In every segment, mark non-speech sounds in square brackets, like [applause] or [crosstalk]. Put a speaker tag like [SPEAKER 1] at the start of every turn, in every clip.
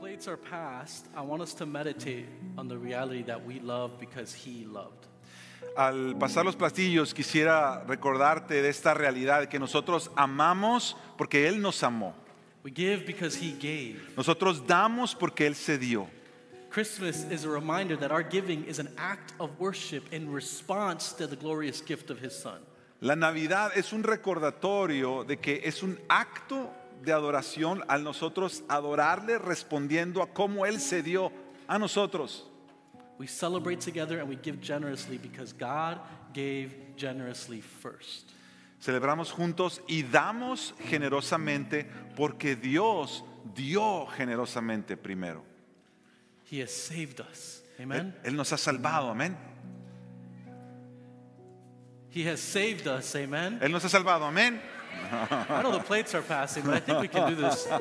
[SPEAKER 1] plates are passed, I want us to meditate on the reality that we love because He loved.
[SPEAKER 2] Al pasar los platillos quisiera recordarte de esta realidad que nosotros amamos porque Él nos amó.
[SPEAKER 1] We give because He gave.
[SPEAKER 2] Nosotros damos porque Él se dio.
[SPEAKER 1] Christmas is a reminder that our giving is an act of worship in response to the glorious gift of His Son.
[SPEAKER 2] La Navidad es un recordatorio de que es un acto de adoración al nosotros adorarle respondiendo a cómo Él se dio a nosotros.
[SPEAKER 1] We celebrate together and we give generously because God gave generously first.
[SPEAKER 2] Celebramos juntos y damos generosamente porque Dios dio generosamente primero.
[SPEAKER 1] He has saved us. Amen.
[SPEAKER 2] Él, Él nos ha salvado, amén.
[SPEAKER 1] He has saved us. Amen.
[SPEAKER 2] Él nos ha salvado, amén.
[SPEAKER 1] I know the plates are passing, but I think we can do this. [laughs] I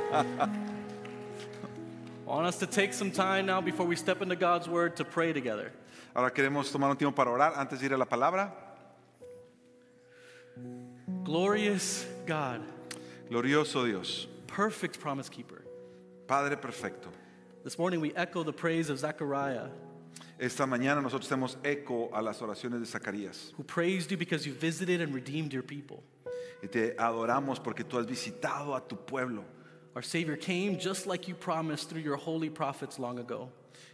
[SPEAKER 1] want us to take some time now before we step into God's word to pray together.
[SPEAKER 2] Ahora queremos tomar un tiempo para orar antes de ir a la palabra.
[SPEAKER 1] Glorious God,
[SPEAKER 2] Glorioso Dios,
[SPEAKER 1] perfect promise keeper.
[SPEAKER 2] Padre perfecto.
[SPEAKER 1] This morning we echo the praise of Zechariah,
[SPEAKER 2] Esta mañana nosotros tenemos eco a las oraciones de Zacarías
[SPEAKER 1] who praised you because you visited and redeemed your people.
[SPEAKER 2] y te adoramos porque tú has visitado a tu pueblo
[SPEAKER 1] Our Savior came just like you promised through your holy prophets long ago.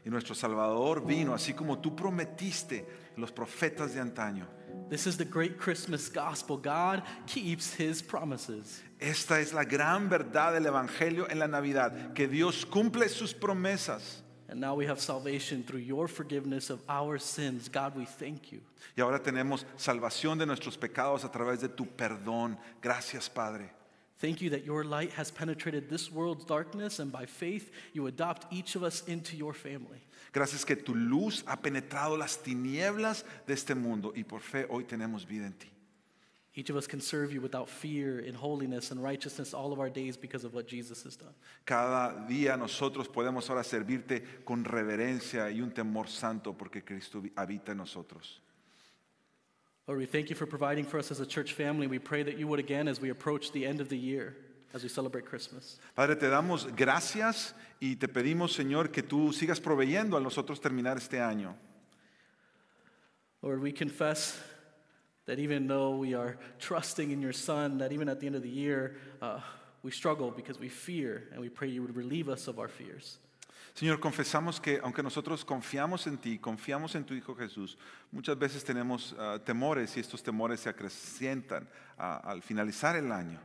[SPEAKER 2] y nuestro Salvador vino así como tú prometiste los profetas de antaño.
[SPEAKER 1] This is the great Christmas gospel. God keeps his promises.
[SPEAKER 2] Esta es la gran verdad del Evangelio en la Navidad, que Dios cumple sus promesas.
[SPEAKER 1] And now we have salvation through your forgiveness of our sins. God, we thank you.
[SPEAKER 2] Y ahora tenemos salvación de nuestros pecados a través de tu perdón. Gracias, Padre.
[SPEAKER 1] Thank you that your light has penetrated this world's darkness, and by faith, you adopt each of us into your family.
[SPEAKER 2] Gracias que tu luz ha penetrado las tinieblas de este mundo y por fe hoy tenemos vida en ti.
[SPEAKER 1] Each of us can serve you without fear in holiness and righteousness all of our days because of what Jesus has done.
[SPEAKER 2] Cada día nosotros podemos ahora servirte con reverencia y un temor santo porque Cristo vi- habita en nosotros.
[SPEAKER 1] Lord, we thank you for providing for us as a church family. We pray that you would again as we approach the end of the year, as we celebrate Christmas.
[SPEAKER 2] Padre, te damos gracias y te pedimos, Señor, que tú sigas proveyendo a nosotros terminar este año.
[SPEAKER 1] Lord, we confess that even though we are trusting in your Son, that even at the end of the year, uh, we struggle because we fear, and we pray you would relieve us of our fears.
[SPEAKER 2] Señor, confesamos que aunque nosotros confiamos en ti, confiamos en tu Hijo Jesús, muchas veces tenemos ah, temores y estos temores se acrecientan ah, al finalizar el año.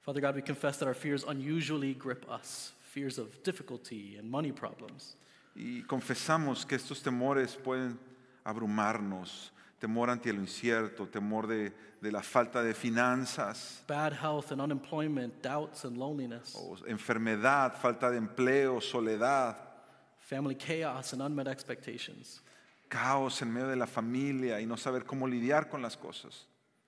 [SPEAKER 1] Father God, we confess that our fears unusually grip us fears of difficulty and money problems.
[SPEAKER 2] Y confesamos que estos temores pueden abrumarnos, temor ante lo incierto, temor de, de la falta de finanzas,
[SPEAKER 1] Bad health and unemployment, doubts and loneliness,
[SPEAKER 2] o enfermedad, falta de empleo, soledad,
[SPEAKER 1] family chaos and unmet expectations.
[SPEAKER 2] caos en medio de la familia y no saber cómo lidiar con las cosas.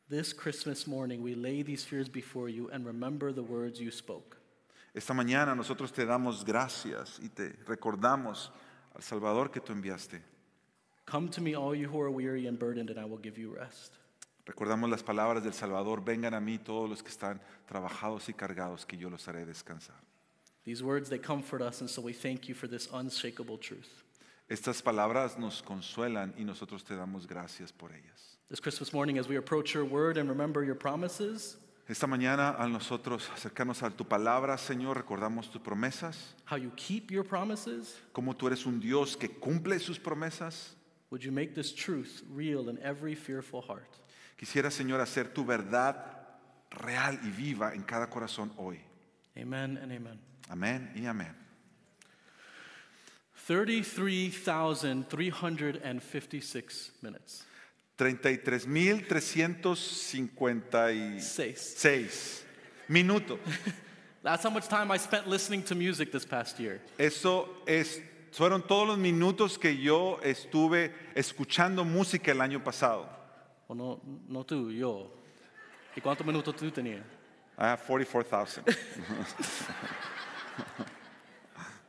[SPEAKER 1] This Christmas morning, we lay these fears before you and remember the words you spoke.
[SPEAKER 2] Esta mañana nosotros te damos gracias y te recordamos al Salvador que tú enviaste.
[SPEAKER 1] Come to me, all you who are weary and burdened, and I will give you rest.
[SPEAKER 2] Recordamos las palabras del Salvador, vengan a mí todos los que están trabajados y cargados, que yo los haré descansar.
[SPEAKER 1] These words, they comfort us, and so we thank you for this unshakable truth.
[SPEAKER 2] Estas palabras nos consuelan y nosotros te damos gracias por ellas.
[SPEAKER 1] This Christmas morning, as we approach your word and remember your promises,
[SPEAKER 2] Esta mañana a nosotros acercarnos a tu palabra, Señor, recordamos tus promesas,
[SPEAKER 1] how you keep your promises,
[SPEAKER 2] cómo tú eres un Dios que cumple sus promesas.
[SPEAKER 1] Would you make this truth real in every fearful heart?
[SPEAKER 2] Quisiera, Señor, hacer tu verdad real y viva en cada corazón hoy.
[SPEAKER 1] Amen and amen.
[SPEAKER 2] Amén y amén.
[SPEAKER 1] 33,356 minutes.
[SPEAKER 2] 33.356
[SPEAKER 1] Seis.
[SPEAKER 2] minutos.
[SPEAKER 1] That's how much time I spent listening to music this past year.
[SPEAKER 2] Eso es, fueron todos los minutos que yo estuve escuchando música el año pasado.
[SPEAKER 1] O no, no tú, yo. ¿Y cuántos minutos tú tenías?
[SPEAKER 2] Ah, 44,000.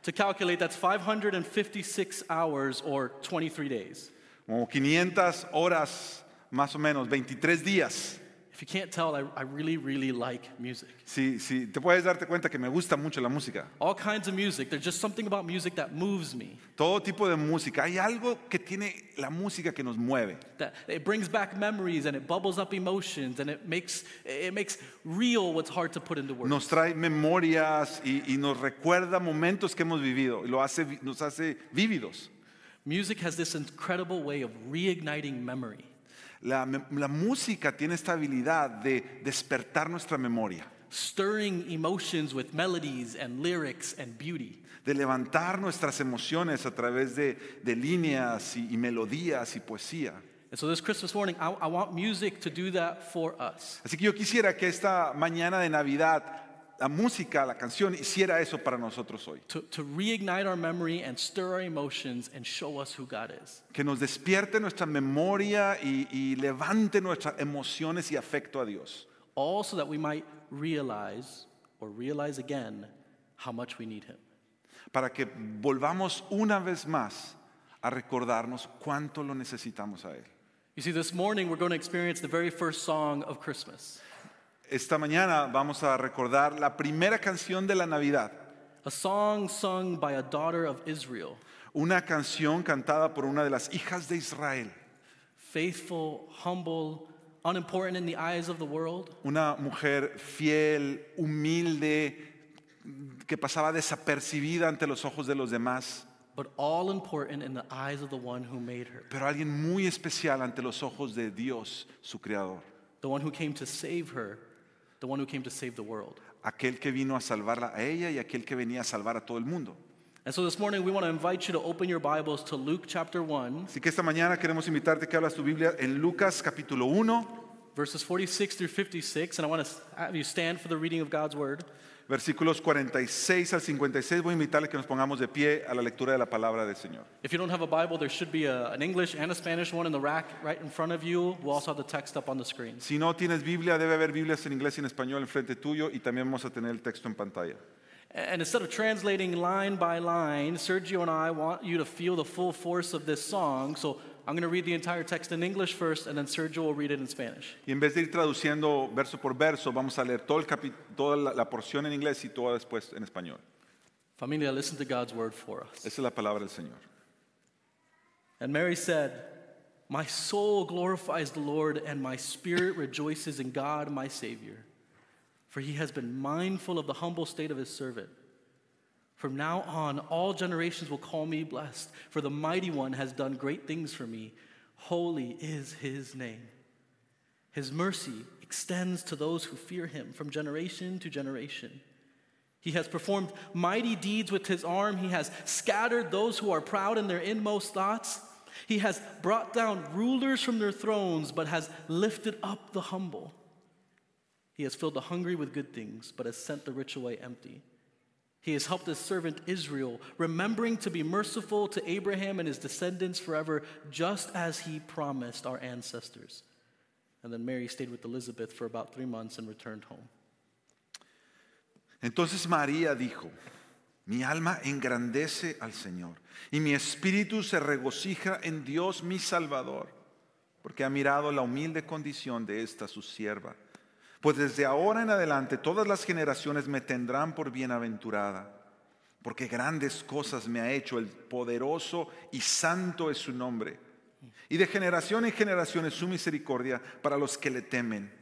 [SPEAKER 1] To calculate, that's 556 hours or 23 days.
[SPEAKER 2] Como 500 horas más o menos, 23 días.
[SPEAKER 1] If If you can't tell, I, I really, really like music.
[SPEAKER 2] Si, si te puedes darte cuenta que me gusta mucho la música,
[SPEAKER 1] All kinds of music. There's just something about music that moves me,
[SPEAKER 2] todo tipo de música, hay algo que tiene la música que nos mueve.
[SPEAKER 1] that it brings back memories and it bubbles up emotions and it makes, it makes real what's hard to put into words.
[SPEAKER 2] Nos trae memorias y, y nos recuerda momentos que hemos vivido y lo hace, vi- nos hace vívidos.
[SPEAKER 1] Music has this incredible way of reigniting memory.
[SPEAKER 2] La, me- la música tiene esta habilidad de despertar nuestra memoria,
[SPEAKER 1] stirring emotions with melodies and lyrics and beauty.
[SPEAKER 2] de levantar nuestras emociones a través de, de líneas y, y melodías y poesía.
[SPEAKER 1] And so this Christmas morning, I, I want music to do that for us.
[SPEAKER 2] Así que yo quisiera que esta mañana de Navidad la música, la canción hiciera eso para nosotros hoy,
[SPEAKER 1] To, to reignite our memory and stir our emotions and show us who God is.
[SPEAKER 2] que nos despierte nuestra memoria y, y levante nuestras emociones y afecto a Dios.
[SPEAKER 1] All so that we might realize or realize again how much we need Him.
[SPEAKER 2] para que volvamos una vez más a recordarnos cuánto lo necesitamos a Él.
[SPEAKER 1] You see, this morning we're going to experience the very first song of Christmas,
[SPEAKER 2] Esta mañana vamos a recordar la primera canción de la Navidad,
[SPEAKER 1] a song sung by a daughter of Israel.
[SPEAKER 2] una canción cantada por una de las hijas de Israel,
[SPEAKER 1] Faithful, humble, unimportant in the eyes of the world,
[SPEAKER 2] una mujer fiel, humilde, que pasaba desapercibida ante los ojos de los demás,
[SPEAKER 1] but all important in the eyes of the one who made her,
[SPEAKER 2] pero alguien muy especial ante los ojos de Dios, su Creador,
[SPEAKER 1] the one who came to save her, the one who came to save the world.
[SPEAKER 2] aquel que vino a salvarla a ella y aquel que venía a salvar a todo el mundo.
[SPEAKER 1] And so this morning, we want to invite you to open your Bibles to Luke chapter 1,
[SPEAKER 2] Así que esta mañana queremos invitarte que hablas tu Biblia en Lucas capítulo 1,
[SPEAKER 1] verses 46 through 56. And I want to have you stand for the reading of God's word.
[SPEAKER 2] versículos 46 al 56. Voy a invitarle que nos pongamos de pie a la lectura de la palabra del Señor.
[SPEAKER 1] If you don't have a Bible, there should be a, an English and a Spanish one in the rack right in front of you. We'll also have the text up on the screen.
[SPEAKER 2] Si no tienes Biblia, debe haber Biblias en inglés y en español enfrente tuyo y también vamos a tener el texto en pantalla.
[SPEAKER 1] And instead of translating line by line, Sergio and I want you to feel the full force of this song. So I'm going to read the entire text in English first, and then Sergio will read it in Spanish.
[SPEAKER 2] Y en vez de ir traduciendo verso por verso, vamos a leer todo el capi- toda la, la porción en inglés y toda después en español.
[SPEAKER 1] Familia, listen to God's word for us.
[SPEAKER 2] Esa es la palabra del Señor.
[SPEAKER 1] And Mary said, My soul glorifies the Lord, and my spirit rejoices in God, my Savior, for he has been mindful of the humble state of his servant. From now on, all generations will call me blessed, for the mighty one has done great things for me. Holy is his name. His mercy extends to those who fear him from generation to generation. He has performed mighty deeds with his arm. He has scattered those who are proud in their inmost thoughts. He has brought down rulers from their thrones, but has lifted up the humble. He has filled the hungry with good things, but has sent the rich away empty. He has helped his servant Israel, remembering to be merciful to Abraham and his descendants forever, just as he promised our ancestors. And then Mary stayed with Elizabeth for about three months and returned home.
[SPEAKER 2] Entonces María dijo, mi alma engrandece al Señor y mi espíritu se regocija en Dios mi Salvador, porque ha mirado la humilde condición de esta su sierva. Pues desde ahora en adelante todas las generaciones me tendrán por bienaventurada, porque grandes cosas me ha hecho el poderoso y santo es su nombre. Y de generación en generación es su misericordia para los que le temen.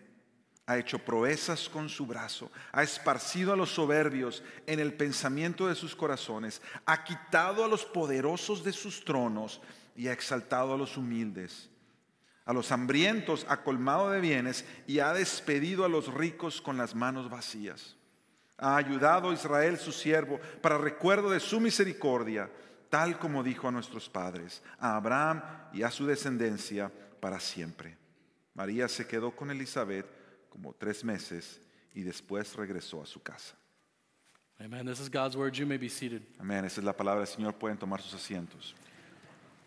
[SPEAKER 2] Ha hecho proezas con su brazo, ha esparcido a los soberbios en el pensamiento de sus corazones, ha quitado a los poderosos de sus tronos y ha exaltado a los humildes. A los hambrientos ha colmado de bienes y ha despedido a los ricos con las manos vacías. Ha ayudado a Israel su siervo para recuerdo de su misericordia, tal como dijo a nuestros padres, a Abraham y a su descendencia para siempre. María se quedó con Elizabeth como tres meses y después regresó a su casa.
[SPEAKER 1] Amen. This is God's word. You may be seated.
[SPEAKER 2] Amén, esa es la palabra del Señor, pueden tomar sus asientos.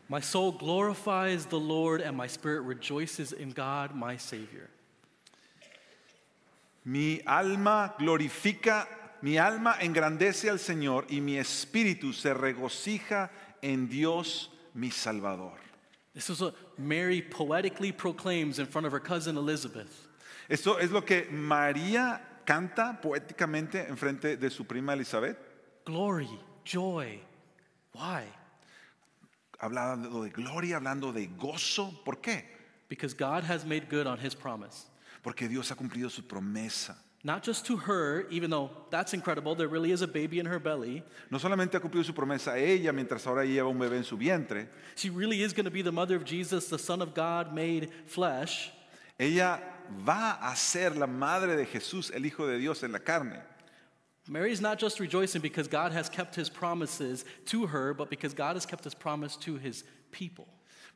[SPEAKER 1] My soul glorifies the Lord, and my spirit rejoices in God, my Savior.
[SPEAKER 2] Mi alma glorifica, mi alma engrandece al Señor y mi espíritu se regocija en Dios mi Salvador.
[SPEAKER 1] This is what Mary poetically proclaims in front of her cousin Elizabeth.
[SPEAKER 2] Esto es lo que María canta poéticamente en frente de su prima Elizabeth.
[SPEAKER 1] Glory, joy. Why?
[SPEAKER 2] Hablando de gloria, hablando de gozo. ¿Por qué?
[SPEAKER 1] Because God has made good on his promise.
[SPEAKER 2] Porque Dios ha cumplido su promesa.
[SPEAKER 1] Not just to her, even though that's incredible, there really is a baby in her belly.
[SPEAKER 2] No solamente ha cumplido su promesa a ella, mientras ahora lleva un bebé en su vientre,
[SPEAKER 1] She really is going to be the mother of Jesus, the Son of God made flesh.
[SPEAKER 2] ella va a ser la madre de Jesús, el Hijo de Dios en la carne.
[SPEAKER 1] Mary's not just rejoicing because God has kept his promises to her, but because God has kept his promise to his people.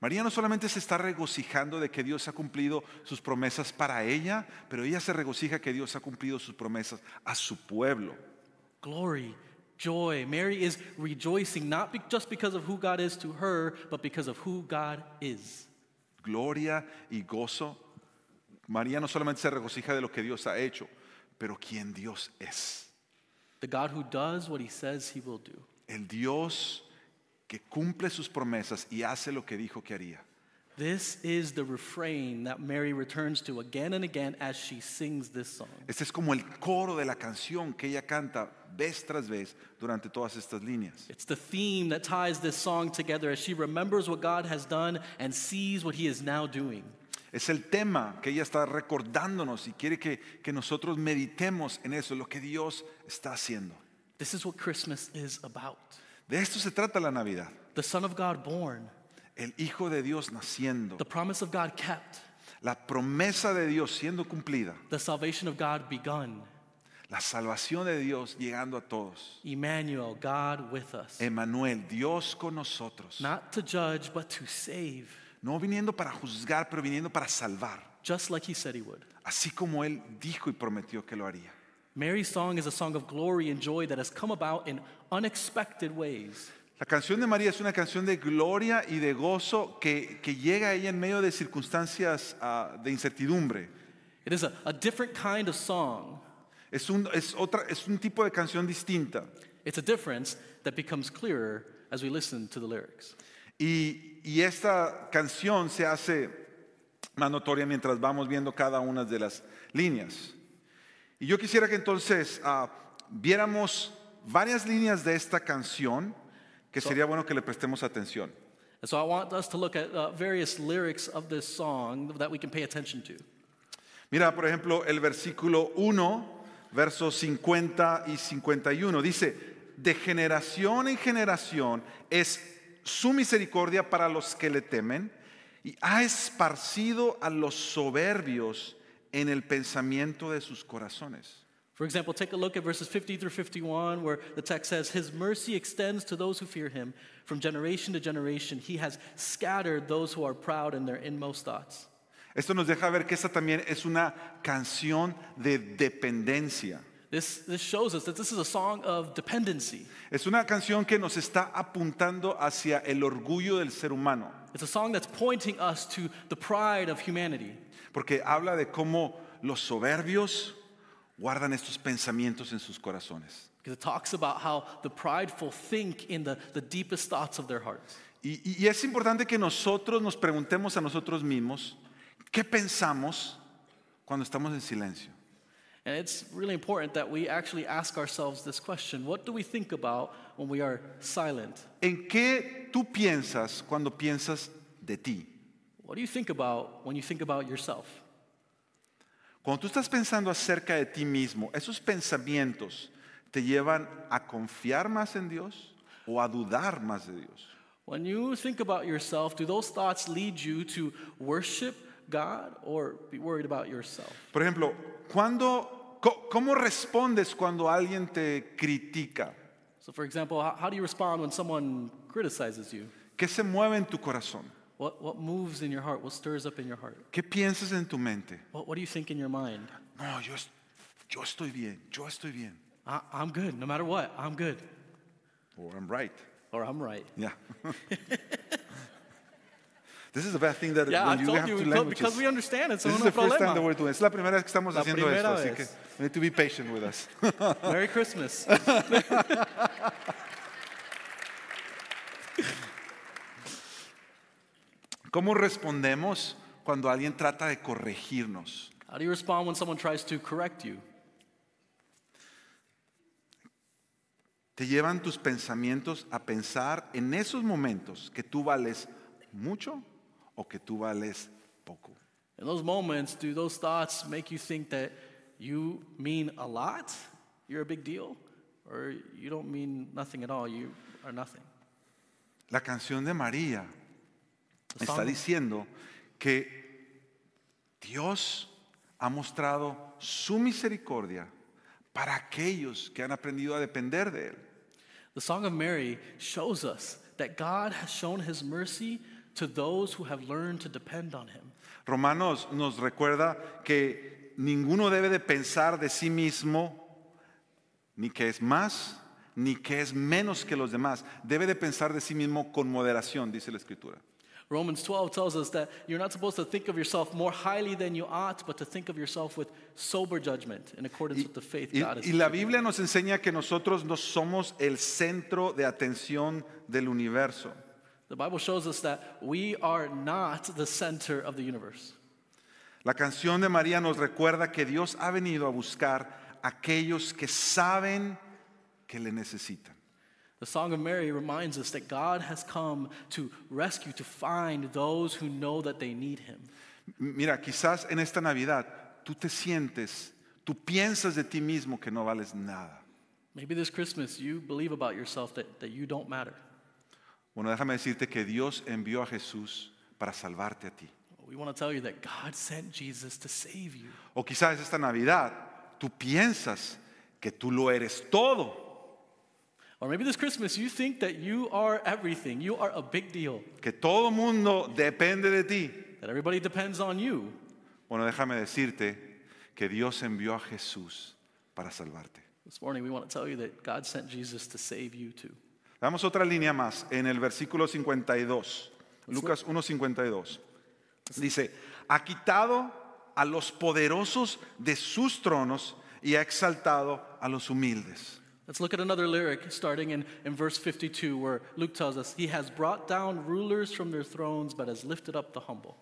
[SPEAKER 2] María no solamente se está regocijando de que Dios ha cumplido sus promesas para ella, pero ella se regocija que Dios ha cumplido sus promesas a su pueblo.
[SPEAKER 1] Glory, joy. Mary is rejoicing not be- just because of who God is to her, but because of who God is.
[SPEAKER 2] Gloria y gozo. María no solamente se regocija de lo que Dios ha hecho, pero quien Dios es.
[SPEAKER 1] The God who does what he says he will do.
[SPEAKER 2] El Dios que cumple sus promesas y hace lo que dijo que haría.
[SPEAKER 1] This is the refrain that Mary returns to again and again as she sings this song.
[SPEAKER 2] Este es como el coro de la canción que ella canta vez tras vez durante todas estas líneas.
[SPEAKER 1] It's the theme that ties this song together as she remembers what God has done and sees what he is now doing.
[SPEAKER 2] Es el tema que ella está recordándonos y quiere que, que nosotros meditemos en eso, lo que Dios está haciendo.
[SPEAKER 1] This is what Christmas is about.
[SPEAKER 2] De esto se trata la Navidad.
[SPEAKER 1] The Son of God born,
[SPEAKER 2] El Hijo de Dios naciendo,
[SPEAKER 1] the promise of God kept,
[SPEAKER 2] la promesa de Dios siendo cumplida,
[SPEAKER 1] the salvation of God begun.
[SPEAKER 2] la salvación de Dios llegando a todos.
[SPEAKER 1] Emmanuel, God with us.
[SPEAKER 2] Emanuel, Dios con nosotros.
[SPEAKER 1] Not to judge, but to save,
[SPEAKER 2] No viniendo para juzgar, pero viniendo para salvar,
[SPEAKER 1] just like he said he would.
[SPEAKER 2] así como Él dijo y prometió que lo haría.
[SPEAKER 1] Mary's song is a song of glory and joy that has come about in unexpected ways.
[SPEAKER 2] La canción de María es una canción de gloria y de gozo que, que llega a ella en medio de circunstancias ah, de incertidumbre.
[SPEAKER 1] It is a, a different kind of song.
[SPEAKER 2] Es un, es, otra, es un tipo de canción distinta.
[SPEAKER 1] It's a difference that becomes clearer as we listen to the lyrics.
[SPEAKER 2] Y, y esta canción se hace más notoria mientras vamos viendo cada una de las líneas. Y yo quisiera que entonces ah, viéramos varias líneas de esta canción que sería bueno que le prestemos atención.
[SPEAKER 1] And so I want us to look at uh, various lyrics of this song that we can pay attention to.
[SPEAKER 2] Mira, por ejemplo, el versículo 1, versos 50 y 51. Dice, de generación en generación es su misericordia para los que le temen y ha esparcido a los soberbios en el pensamiento de sus corazones.
[SPEAKER 1] For example, take a look at verses 50 through 51, where the text says, His mercy extends to those who fear him. From generation to generation, he has scattered those who are proud in their inmost thoughts.
[SPEAKER 2] Esto nos deja ver que esta también es una canción de dependencia.
[SPEAKER 1] This, this shows us that this is a song of dependency.
[SPEAKER 2] Es una canción que nos está apuntando hacia el orgullo del ser humano.
[SPEAKER 1] It's a song that's pointing us to the pride of humanity.
[SPEAKER 2] Porque habla de cómo los soberbios guardan estos pensamientos en sus corazones.
[SPEAKER 1] Because it talks about how the prideful think in the, the deepest thoughts of their hearts.
[SPEAKER 2] Y, y- y es importante que nosotros nos preguntemos a nosotros mismos qué pensamos cuando estamos en silencio.
[SPEAKER 1] And it's really important that we actually ask ourselves this question What do we think about when we are silent?
[SPEAKER 2] ¿En qué tú piensas cuando piensas de ti?
[SPEAKER 1] What do you think about when you think about yourself?
[SPEAKER 2] Cuando tú estás pensando acerca de ti mismo, ¿esos pensamientos te llevan a confiar más en Dios o a dudar más de Dios?
[SPEAKER 1] When you think about yourself, do those thoughts lead you to worship God or be worried about yourself?
[SPEAKER 2] Por ejemplo, cuando, co- ¿cómo respondes cuando alguien te critica?
[SPEAKER 1] So, for example, how, how do you respond when someone criticizes you?
[SPEAKER 2] ¿Qué se mueve en tu corazón?
[SPEAKER 1] What, what moves in your heart? What stirs up in your heart?
[SPEAKER 2] ¿Qué piensas en tu mente?
[SPEAKER 1] What, what do you think in your mind?
[SPEAKER 2] No, yo, es- yo estoy bien, yo estoy bien.
[SPEAKER 1] I, I'm good, no matter what, I'm good.
[SPEAKER 2] Or I'm right.
[SPEAKER 1] Or I'm right.
[SPEAKER 2] Yeah. [laughs] This is the bad thing that
[SPEAKER 1] Yeah,
[SPEAKER 2] when
[SPEAKER 1] I
[SPEAKER 2] you
[SPEAKER 1] told
[SPEAKER 2] have
[SPEAKER 1] you,
[SPEAKER 2] two
[SPEAKER 1] because-
[SPEAKER 2] languages.
[SPEAKER 1] because we understand it's
[SPEAKER 2] This is
[SPEAKER 1] no
[SPEAKER 2] the first time that
[SPEAKER 1] problema.
[SPEAKER 2] we're doing. Es la primera vez que estamos
[SPEAKER 1] La
[SPEAKER 2] haciendo esto,
[SPEAKER 1] primera
[SPEAKER 2] así que
[SPEAKER 1] vez.
[SPEAKER 2] we need to be patient with us. [laughs]
[SPEAKER 1] [laughs] Merry Christmas.
[SPEAKER 2] ¿Cómo respondemos cuando alguien trata de corregirnos?
[SPEAKER 1] How do you respond when someone tries to correct you?
[SPEAKER 2] Te llevan tus pensamientos a pensar en esos momentos que tú vales mucho o que tú vales poco.
[SPEAKER 1] In those moments, do those thoughts make you think that you mean a lot? You're a big deal? Or you don't mean nothing at all? You are nothing?
[SPEAKER 2] La canción de María
[SPEAKER 1] The
[SPEAKER 2] está
[SPEAKER 1] song,
[SPEAKER 2] diciendo que Dios ha mostrado su misericordia para aquellos que han aprendido a depender de Él.
[SPEAKER 1] the Song of Mary shows us that God has shown his mercy to those who have learned to depend on him.
[SPEAKER 2] Romanos nos recuerda que ninguno debe de pensar de sí mismo ni que es más ni que es menos que los demás. Debe de pensar de sí mismo con moderación, dice la Escritura.
[SPEAKER 1] Romans 12 tells us that you're not supposed to think of yourself more highly than you ought, but to think of yourself with sober judgment in accordance
[SPEAKER 2] Y,
[SPEAKER 1] with the faith
[SPEAKER 2] y-
[SPEAKER 1] God has
[SPEAKER 2] y la
[SPEAKER 1] given you.
[SPEAKER 2] Biblia nos enseña que nosotros no somos el centro de atención del universo.
[SPEAKER 1] The Bible shows us that we are not the center of the universe.
[SPEAKER 2] La canción de María nos recuerda que Dios ha venido a buscar a aquellos que saben que le necesitan.
[SPEAKER 1] The Song of Mary reminds us that God has come to rescue, to find those who know that they need him.
[SPEAKER 2] Mira, quizás en esta Navidad tú te sientes, tú piensas de ti mismo que no vales nada.
[SPEAKER 1] Maybe this Christmas you believe about yourself that, that you don't matter.
[SPEAKER 2] Bueno, déjame decirte que Dios envió a Jesús para salvarte a ti.
[SPEAKER 1] We want to tell you that God sent Jesus to save you.
[SPEAKER 2] O quizás esta Navidad tú piensas que tú lo eres todo,
[SPEAKER 1] Or maybe this Christmas you think that you are everything, you are a big deal,
[SPEAKER 2] que todo mundo depende de ti.
[SPEAKER 1] that everybody depends on you.
[SPEAKER 2] Bueno, déjame decirte que Dios envió a Jesús para salvarte.
[SPEAKER 1] This morning we want to tell you that God sent Jesus to save you too.
[SPEAKER 2] Damos otra línea más en el versículo 52, Lucas 1:52. Dice, ha quitado a los poderosos de sus tronos y ha exaltado a los humildes.
[SPEAKER 1] Let's look at another lyric starting in, in verse 52 where Luke tells us, He has brought down rulers from their thrones but has lifted up the humble.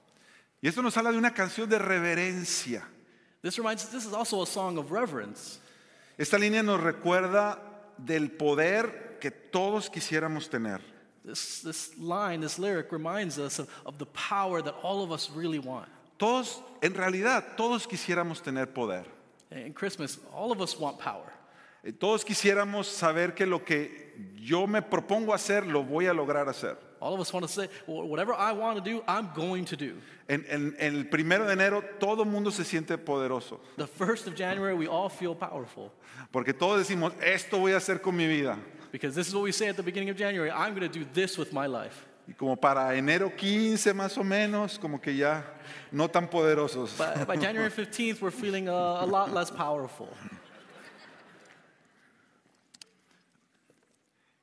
[SPEAKER 2] Y esto nos habla de una canción de reverencia.
[SPEAKER 1] This reminds us this is also a song of reverence.
[SPEAKER 2] Esta línea nos recuerda del poder que todos quisiéramos tener.
[SPEAKER 1] This, this line, this lyric reminds us of, of the power that all of us really want.
[SPEAKER 2] Todos, en realidad, todos quisiéramos tener poder.
[SPEAKER 1] In Christmas, all of us want power.
[SPEAKER 2] Eh, Todos quisiéramos saber que lo que yo me propongo hacer, lo voy a lograr hacer.
[SPEAKER 1] All of us want to say, "Well, whatever I want to do, I'm going to do.
[SPEAKER 2] En, en- en el primero de enero todo el mundo se siente poderoso,
[SPEAKER 1] The 1st of January, we all feel powerful
[SPEAKER 2] porque todos decimos, esto voy a hacer con mi vida.
[SPEAKER 1] because this is what we say at the beginning of January I'm going to do this with my life.
[SPEAKER 2] Y como para enero 15 más o menos, como que ya no tan poderosos.
[SPEAKER 1] But by January 15th, we're feeling a, a lot less powerful.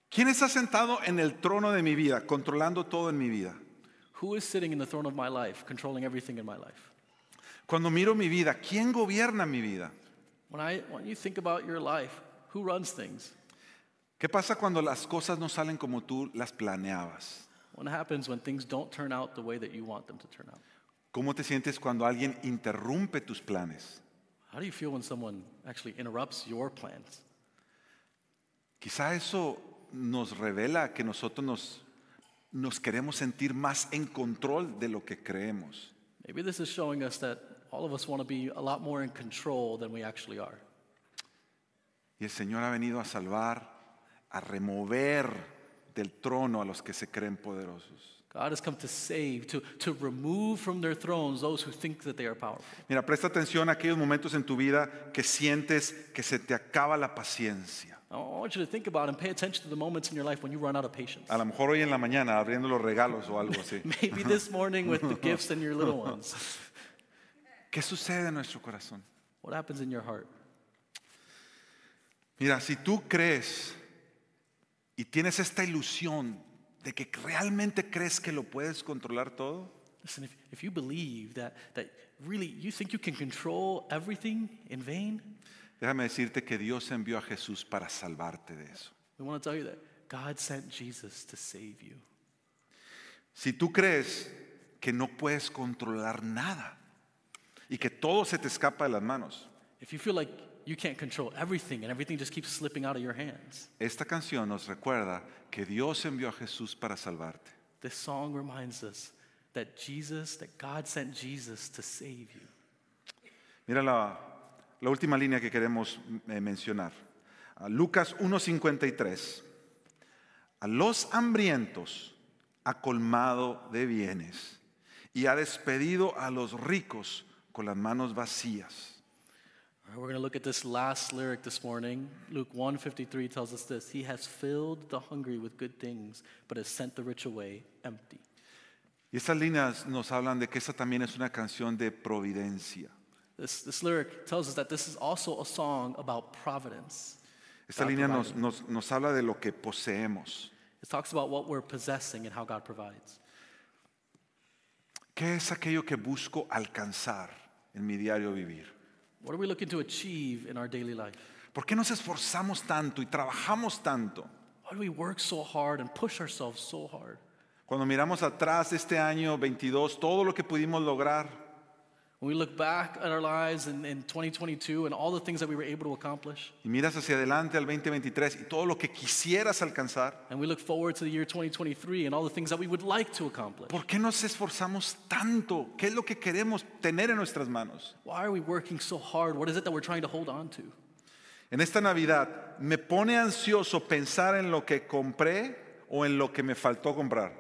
[SPEAKER 2] ¿Quién está sentado en el trono de mi vida, controlando todo en mi vida?
[SPEAKER 1] Who is sitting in the throne of my life, controlling everything in my life?
[SPEAKER 2] Cuando miro mi vida, ¿quién gobierna mi vida?
[SPEAKER 1] When, I, when you think about your life, who runs things?
[SPEAKER 2] ¿Qué pasa cuando las cosas no salen como tú las planeabas?
[SPEAKER 1] What happens when things don't turn out the way that you want them to turn out?
[SPEAKER 2] ¿Cómo te sientes cuando alguien interrumpe tus planes?
[SPEAKER 1] How do you feel when someone actually interrupts your plans?
[SPEAKER 2] Quizá eso nos revela que nosotros nos, nos queremos sentir más en control de lo que creemos.
[SPEAKER 1] Maybe this is showing us that all of us want to be a lot more in control than we actually are.
[SPEAKER 2] Y el Señor ha venido a salvar, a remover del trono a los que se creen poderosos.
[SPEAKER 1] God has come to save, to, to remove from their thrones those who think that they are powerful.
[SPEAKER 2] Mira, presta atención a aquellos momentos en tu vida que sientes que se te acaba la paciencia.
[SPEAKER 1] I want you to think about and pay attention to the moments in your life when you run out of patience.
[SPEAKER 2] A lo mejor hoy en la mañana abriendo los regalos o algo así.
[SPEAKER 1] [laughs] Maybe this morning with the gifts and your little ones.
[SPEAKER 2] ¿Qué sucede en nuestro corazón?
[SPEAKER 1] What happens in your heart?
[SPEAKER 2] Mira, si tú crees y tienes esta ilusión de que realmente crees que lo puedes controlar todo,
[SPEAKER 1] Listen, if, if you believe that, that really you think you can control everything in vain,
[SPEAKER 2] déjame decirte que Dios envió a Jesús para salvarte de eso.
[SPEAKER 1] we want to tell you that God sent Jesus to save you.
[SPEAKER 2] Si tú crees que no puedes controlar nada y que todo se te escapa de las manos,
[SPEAKER 1] if you feel like you can't control everything and everything just keeps slipping out of your hands,
[SPEAKER 2] esta canción nos recuerda que Dios envió a Jesús para salvarte.
[SPEAKER 1] this song reminds us that Jesus, that God sent Jesus to save you.
[SPEAKER 2] Mira la, la última línea que queremos eh, mencionar. A Lucas 1.53. A los hambrientos ha colmado de bienes y ha despedido a los ricos con las manos vacías.
[SPEAKER 1] All right, we're going to look at this last lyric this morning. Luke 1:53 tells us this, he has filled the hungry with good things, but has sent the rich away empty.
[SPEAKER 2] Y estas líneas nos hablan de que esta también es una canción de providencia.
[SPEAKER 1] This, this lyric tells us that this is also a song about providence.
[SPEAKER 2] Esta
[SPEAKER 1] God
[SPEAKER 2] línea nos,
[SPEAKER 1] providing.
[SPEAKER 2] nos- nos habla de lo que poseemos.
[SPEAKER 1] It talks about what we're possessing and how God provides.
[SPEAKER 2] ¿Qué es aquello que busco alcanzar en mi diario vivir?
[SPEAKER 1] What are we looking to achieve in our daily life?
[SPEAKER 2] ¿Por qué nos esforzamos tanto y trabajamos tanto?
[SPEAKER 1] Why do we work so hard and push ourselves so hard?
[SPEAKER 2] Cuando miramos atrás este año 22, todo lo que pudimos lograr,
[SPEAKER 1] When we look back at our lives in, in 2022 and all the things that we were able to accomplish,
[SPEAKER 2] y miras hacia adelante al 2023 y todo lo que quisieras alcanzar,
[SPEAKER 1] and we look forward to the year 2023 and all the things that we would like to accomplish,
[SPEAKER 2] ¿por qué nos esforzamos tanto? ¿Qué es lo que queremos tener en nuestras manos?
[SPEAKER 1] why are we working so hard? What is it that we're trying to hold on to?
[SPEAKER 2] En esta Navidad me pone ansioso pensar en lo que compré o en lo que me faltó comprar.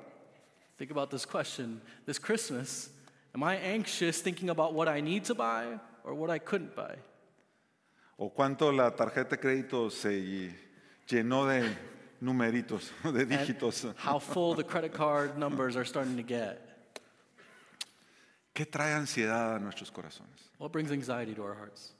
[SPEAKER 1] Think about this question. This Christmas, am I anxious thinking about what I need to buy or what I couldn't buy?
[SPEAKER 2] O cuánto la tarjeta de crédito se llenó de numeritos, [laughs] de
[SPEAKER 1] And
[SPEAKER 2] dígitos.
[SPEAKER 1] how full the credit card numbers are starting to get.
[SPEAKER 2] ¿Qué trae ansiedad a nuestros corazones?
[SPEAKER 1] What brings anxiety to our hearts?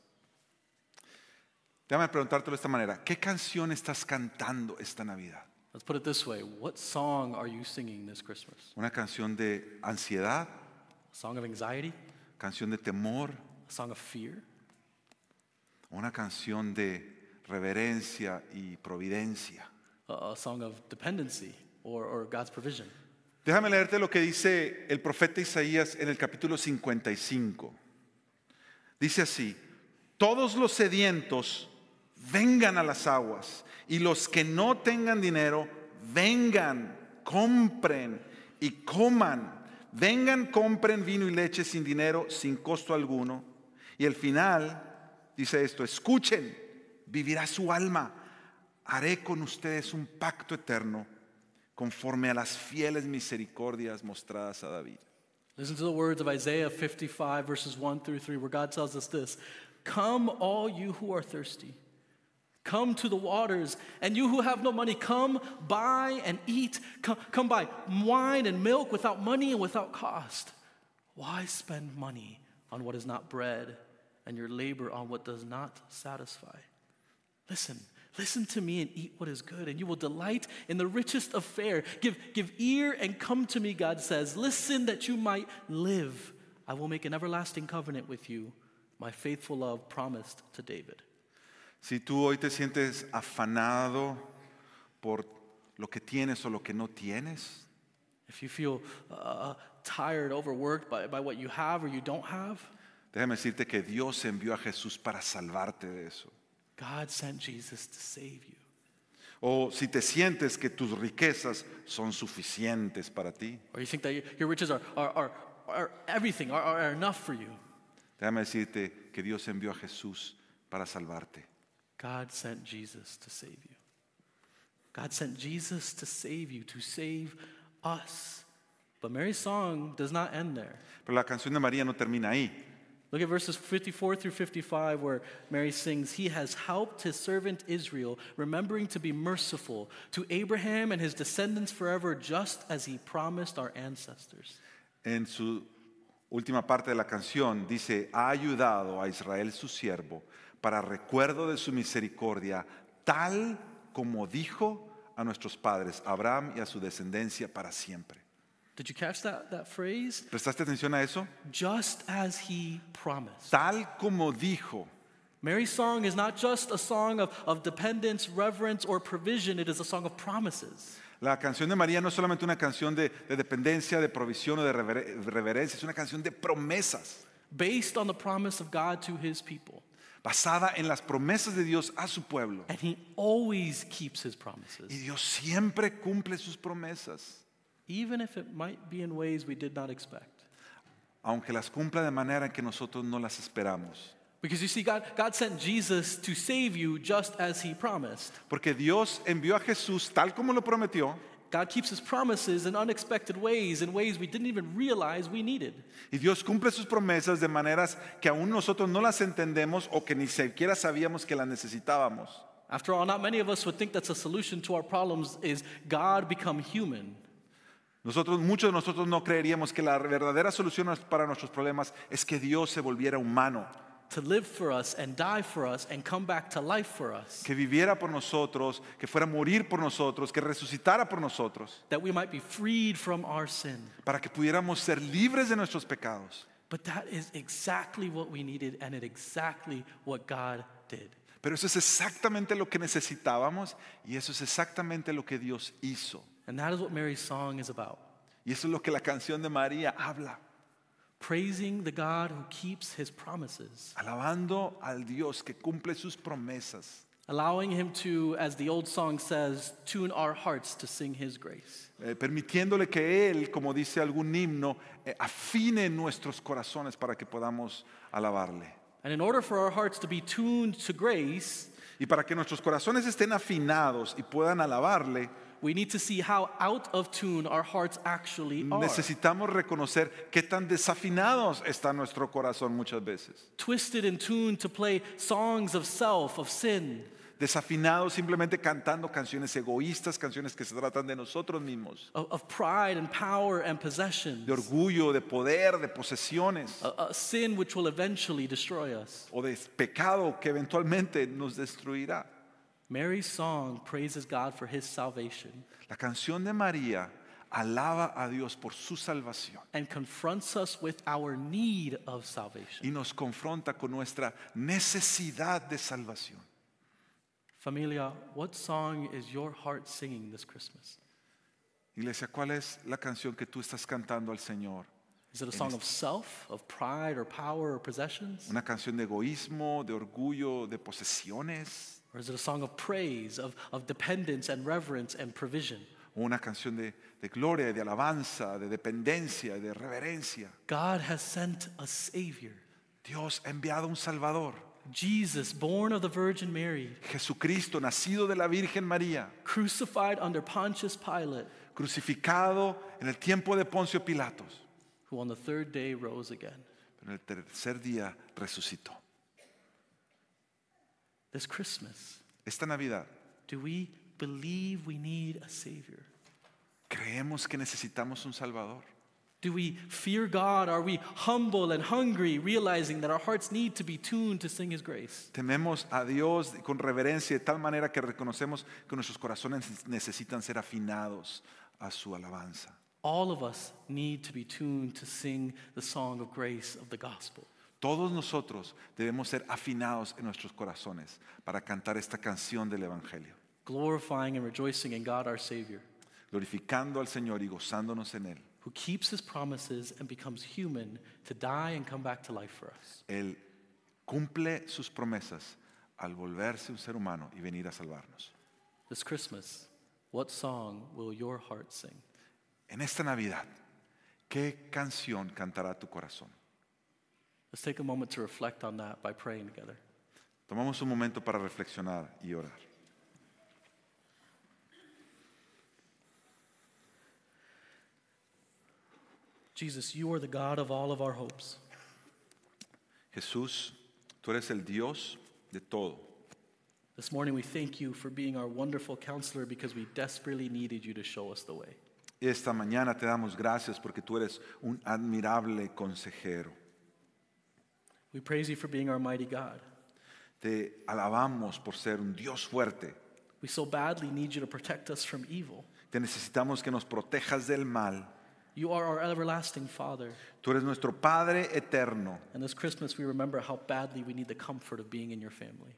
[SPEAKER 2] Déjame preguntártelo de esta manera. ¿Qué canción estás cantando esta Navidad?
[SPEAKER 1] Let's put it this way What song are you singing this Christmas?
[SPEAKER 2] ¿Una canción de ansiedad?
[SPEAKER 1] A song of anxiety?
[SPEAKER 2] ¿Canción de temor?
[SPEAKER 1] A song of fear?
[SPEAKER 2] ¿O una canción de reverencia y providencia?
[SPEAKER 1] A, a song of dependency or, or God's provision?
[SPEAKER 2] Déjame leerte lo que dice el profeta Isaías en el capítulo 55. Dice así, todos los sedientos vengan a las aguas y los que no tengan dinero, vengan, compren y coman. Vengan, compren vino y leche sin dinero, sin costo alguno. Y el final dice esto, escuchen, vivirá su alma. Haré con ustedes un pacto eterno conforme a las fieles misericordias mostradas a David.
[SPEAKER 1] Listen to the words of Isaiah 55, verses 1 through 3, where God tells us this Come, all you who are thirsty. Come to the waters, and you who have no money, come buy and eat. Come, come buy wine and milk without money and without cost. Why spend money on what is not bread and your labor on what does not satisfy? Listen, listen to me and eat what is good, and you will delight in the richest of fare. Give, give ear and come to me, God says. Listen that you might live. I will make an everlasting covenant with you, my faithful love promised to David.
[SPEAKER 2] Si tú hoy te sientes afanado por lo que tienes o lo que no tienes,
[SPEAKER 1] If you feel uh, tired, overworked by, by what you have or you don't have,
[SPEAKER 2] déjame decirte que Dios envió a Jesús para salvarte de eso.
[SPEAKER 1] God sent Jesus to save you.
[SPEAKER 2] O si te sientes que tus riquezas son suficientes para ti,
[SPEAKER 1] Or you think that your- your riches are, are, are, are everything, are, are enough for you.
[SPEAKER 2] déjame decirte que Dios envió a Jesús para salvarte.
[SPEAKER 1] God sent Jesus to save you. God sent Jesus to save you, to save us. But Mary's song does not end there.
[SPEAKER 2] Pero la canción de María no termina ahí.
[SPEAKER 1] Look at verses 54 through 55, where Mary sings, He has helped his servant Israel, remembering to be merciful to Abraham and his descendants forever, just as he promised our ancestors.
[SPEAKER 2] En su última parte de la canción dice, ha ayudado a Israel su siervo para recuerdo de su misericordia, tal como dijo a nuestros padres, a Abraham y a su descendencia para siempre.
[SPEAKER 1] Did you catch that, that phrase?
[SPEAKER 2] ¿Prestaste atención a eso?
[SPEAKER 1] Just as he promised.
[SPEAKER 2] Tal como dijo.
[SPEAKER 1] Mary's song is not just a song of, of dependence, reverence, or provision, it is a song of promises.
[SPEAKER 2] La canción de María no es solamente una canción de, de dependencia, de provisión o de rever- reverencia, es una canción de promesas.
[SPEAKER 1] based on the promise of God to his people.
[SPEAKER 2] basada en las promesas de Dios a su pueblo.
[SPEAKER 1] And he always keeps his
[SPEAKER 2] Y
[SPEAKER 1] promises,
[SPEAKER 2] Dios siempre cumple sus promesas,
[SPEAKER 1] even if it might be in ways we did not expect.
[SPEAKER 2] aunque las cumpla de manera en que nosotros no las esperamos.
[SPEAKER 1] Because you see, God, God sent Jesus to save you just as he promised.
[SPEAKER 2] Porque Dios envió a Jesús tal como lo prometió,
[SPEAKER 1] God keeps his promises in unexpected ways, in ways we didn't even realize we needed.
[SPEAKER 2] y Dios cumple sus promesas de maneras que aún nosotros no las entendemos o que ni siquiera sabíamos que las necesitábamos.
[SPEAKER 1] After all, not many of us would think that's a solution to our problems is God become human.
[SPEAKER 2] Nosotros, muchos de nosotros no creeríamos que la verdadera solución para nuestros problemas es que Dios se volviera humano,
[SPEAKER 1] to live for us and die for us and come back to life for us,
[SPEAKER 2] que viviera por nosotros, que fuera a morir por nosotros, que resucitara por nosotros.
[SPEAKER 1] that we might be freed from our sin.
[SPEAKER 2] para que pudiéramos ser libres de nuestros pecados.
[SPEAKER 1] But that is exactly what we needed and it exactly what God did.
[SPEAKER 2] Pero eso es exactamente lo que necesitábamos y eso es exactamente lo que Dios hizo.
[SPEAKER 1] And that is what Mary's song is about
[SPEAKER 2] Y eso es lo que la canción de María habla,
[SPEAKER 1] praising the God who keeps his promises,
[SPEAKER 2] alabando al Dios que cumple sus promesas,
[SPEAKER 1] allowing him to, as the old song says, tune our hearts to sing his grace.
[SPEAKER 2] eh, permitiéndole que Él, como dice algún himno, eh, afine nuestros corazones para que podamos alabarle.
[SPEAKER 1] And in order for our hearts to be tuned to grace,
[SPEAKER 2] Y para que nuestros corazones estén afinados y puedan alabarle,
[SPEAKER 1] we need to see how out of tune our hearts actually are.
[SPEAKER 2] necesitamos reconocer qué tan desafinados está nuestro corazón muchas veces.
[SPEAKER 1] twisted and tuned to play songs of self, of sin.
[SPEAKER 2] desafinados, simplemente cantando canciones egoístas, canciones que se tratan de nosotros mismos,
[SPEAKER 1] Of, of pride and power and possessions,
[SPEAKER 2] de orgullo, de poder, de posesiones
[SPEAKER 1] a, a sin which will eventually destroy us.
[SPEAKER 2] o de pecado que eventualmente nos destruirá.
[SPEAKER 1] Mary's song praises God for his salvation
[SPEAKER 2] La canción de María alaba a Dios por su salvación
[SPEAKER 1] and confronts us with our need of salvation.
[SPEAKER 2] y nos confronta con nuestra necesidad de salvación.
[SPEAKER 1] Familia, what song is your heart singing this Christmas?
[SPEAKER 2] Iglesia, ¿cuál es la canción que tú estás cantando al Señor?
[SPEAKER 1] Is it a song of self, of pride or power or possessions?
[SPEAKER 2] ¿Una canción de egoísmo, de orgullo, de posesiones?
[SPEAKER 1] Or is it a song of praise, of, of dependence and reverence and provision?
[SPEAKER 2] o una canción de, de gloria, de alabanza, de dependencia, de reverencia.
[SPEAKER 1] God has sent a Savior.
[SPEAKER 2] Dios ha enviado un Salvador,
[SPEAKER 1] Jesus, born of the Virgin Mary,
[SPEAKER 2] Jesucristo, nacido de la Virgen María,
[SPEAKER 1] crucified under Pontius Pilate,
[SPEAKER 2] crucificado en el tiempo de Poncio Pilatos,
[SPEAKER 1] who on the third day rose again.
[SPEAKER 2] pero en el tercer día resucitó.
[SPEAKER 1] This Christmas,
[SPEAKER 2] Esta Navidad
[SPEAKER 1] do we believe we need a Savior?
[SPEAKER 2] creemos que necesitamos un Salvador.
[SPEAKER 1] Do we fear God? Are we humble and hungry, realizing that our hearts need to be tuned to sing His grace?
[SPEAKER 2] Tememos a Dios con reverencia de tal manera que reconocemos que nuestros corazones necesitan ser afinados a su alabanza.
[SPEAKER 1] All of us need to be tuned to sing the song of grace of the gospel.
[SPEAKER 2] Todos nosotros debemos ser afinados en nuestros corazones para cantar esta canción del Evangelio,
[SPEAKER 1] Glorifying and rejoicing in God our Savior,
[SPEAKER 2] glorificando al Señor y gozándonos en Él.
[SPEAKER 1] who keeps His promises and becomes human to die and come back to life for us.
[SPEAKER 2] Él cumple sus promesas al volverse un ser humano y venir a salvarnos.
[SPEAKER 1] This Christmas, what song will your heart sing?
[SPEAKER 2] En esta Navidad, ¿qué canción cantará tu corazón?
[SPEAKER 1] Let's take a moment to reflect on that by praying together.
[SPEAKER 2] Tomamos un momento para reflexionar y orar.
[SPEAKER 1] Jesus, you are the God of all of our hopes.
[SPEAKER 2] Jesús, tú eres el Dios de todo.
[SPEAKER 1] This morning, we thank you for being our wonderful counselor because we desperately needed you to show us the way.
[SPEAKER 2] Esta mañana te damos gracias porque tú eres un admirable consejero.
[SPEAKER 1] We praise you for being our mighty God.
[SPEAKER 2] Te alabamos por ser un Dios fuerte.
[SPEAKER 1] We so badly need you to protect us from evil.
[SPEAKER 2] Te necesitamos que nos protejas del mal.
[SPEAKER 1] You are our everlasting Father.
[SPEAKER 2] Tú eres nuestro Padre eterno.
[SPEAKER 1] And this Christmas, we remember how badly we need the comfort of being in your family.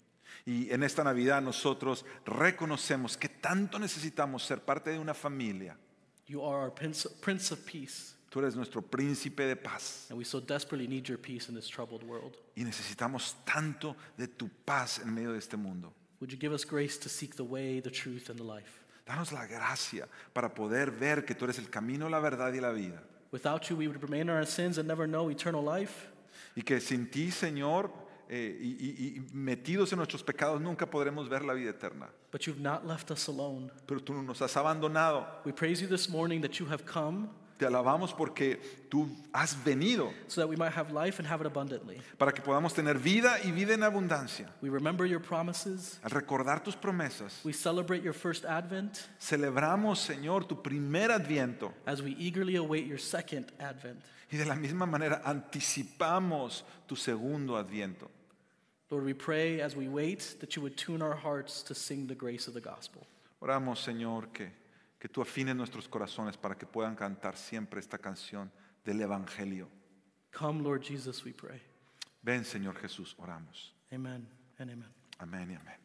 [SPEAKER 2] Y en esta Navidad nosotros reconocemos que tanto necesitamos ser parte de una familia.
[SPEAKER 1] You are our Prince, Prince of Peace.
[SPEAKER 2] Tú eres nuestro príncipe de paz.
[SPEAKER 1] And we so desperately need your peace in this troubled world.
[SPEAKER 2] Y necesitamos tanto de tu paz en medio de este mundo.
[SPEAKER 1] Would you give us grace to seek the way, the truth, and the life?
[SPEAKER 2] Danos la gracia para poder ver que tú eres el camino, la verdad y la vida.
[SPEAKER 1] Without you, we would remain in our sins and never know eternal life.
[SPEAKER 2] Y que sin ti, Señor, eh, y, y- y metidos en nuestros pecados, nunca podremos ver la vida eterna.
[SPEAKER 1] But you've not left us alone.
[SPEAKER 2] Pero tú no nos has abandonado.
[SPEAKER 1] We praise you this morning that you have come
[SPEAKER 2] Te alabamos porque tú has venido
[SPEAKER 1] so that we might have life and have it abundantly.
[SPEAKER 2] para que podamos tener vida y vida en abundancia.
[SPEAKER 1] We remember your promises.
[SPEAKER 2] Al recordar tus promesas,
[SPEAKER 1] We celebrate your first advent
[SPEAKER 2] celebramos, Señor, tu primer adviento.
[SPEAKER 1] as we eagerly await your second advent.
[SPEAKER 2] Y de la misma manera anticipamos tu segundo adviento.
[SPEAKER 1] Lord, we pray as we wait that you would tune our hearts to sing the grace of the gospel.
[SPEAKER 2] Oramos, Señor, que, que tú afines nuestros corazones para que puedan cantar siempre esta canción del Evangelio.
[SPEAKER 1] Come, Lord Jesus, we pray.
[SPEAKER 2] Ven, Señor Jesús, oramos.
[SPEAKER 1] Amen and amen.
[SPEAKER 2] Amén y amén.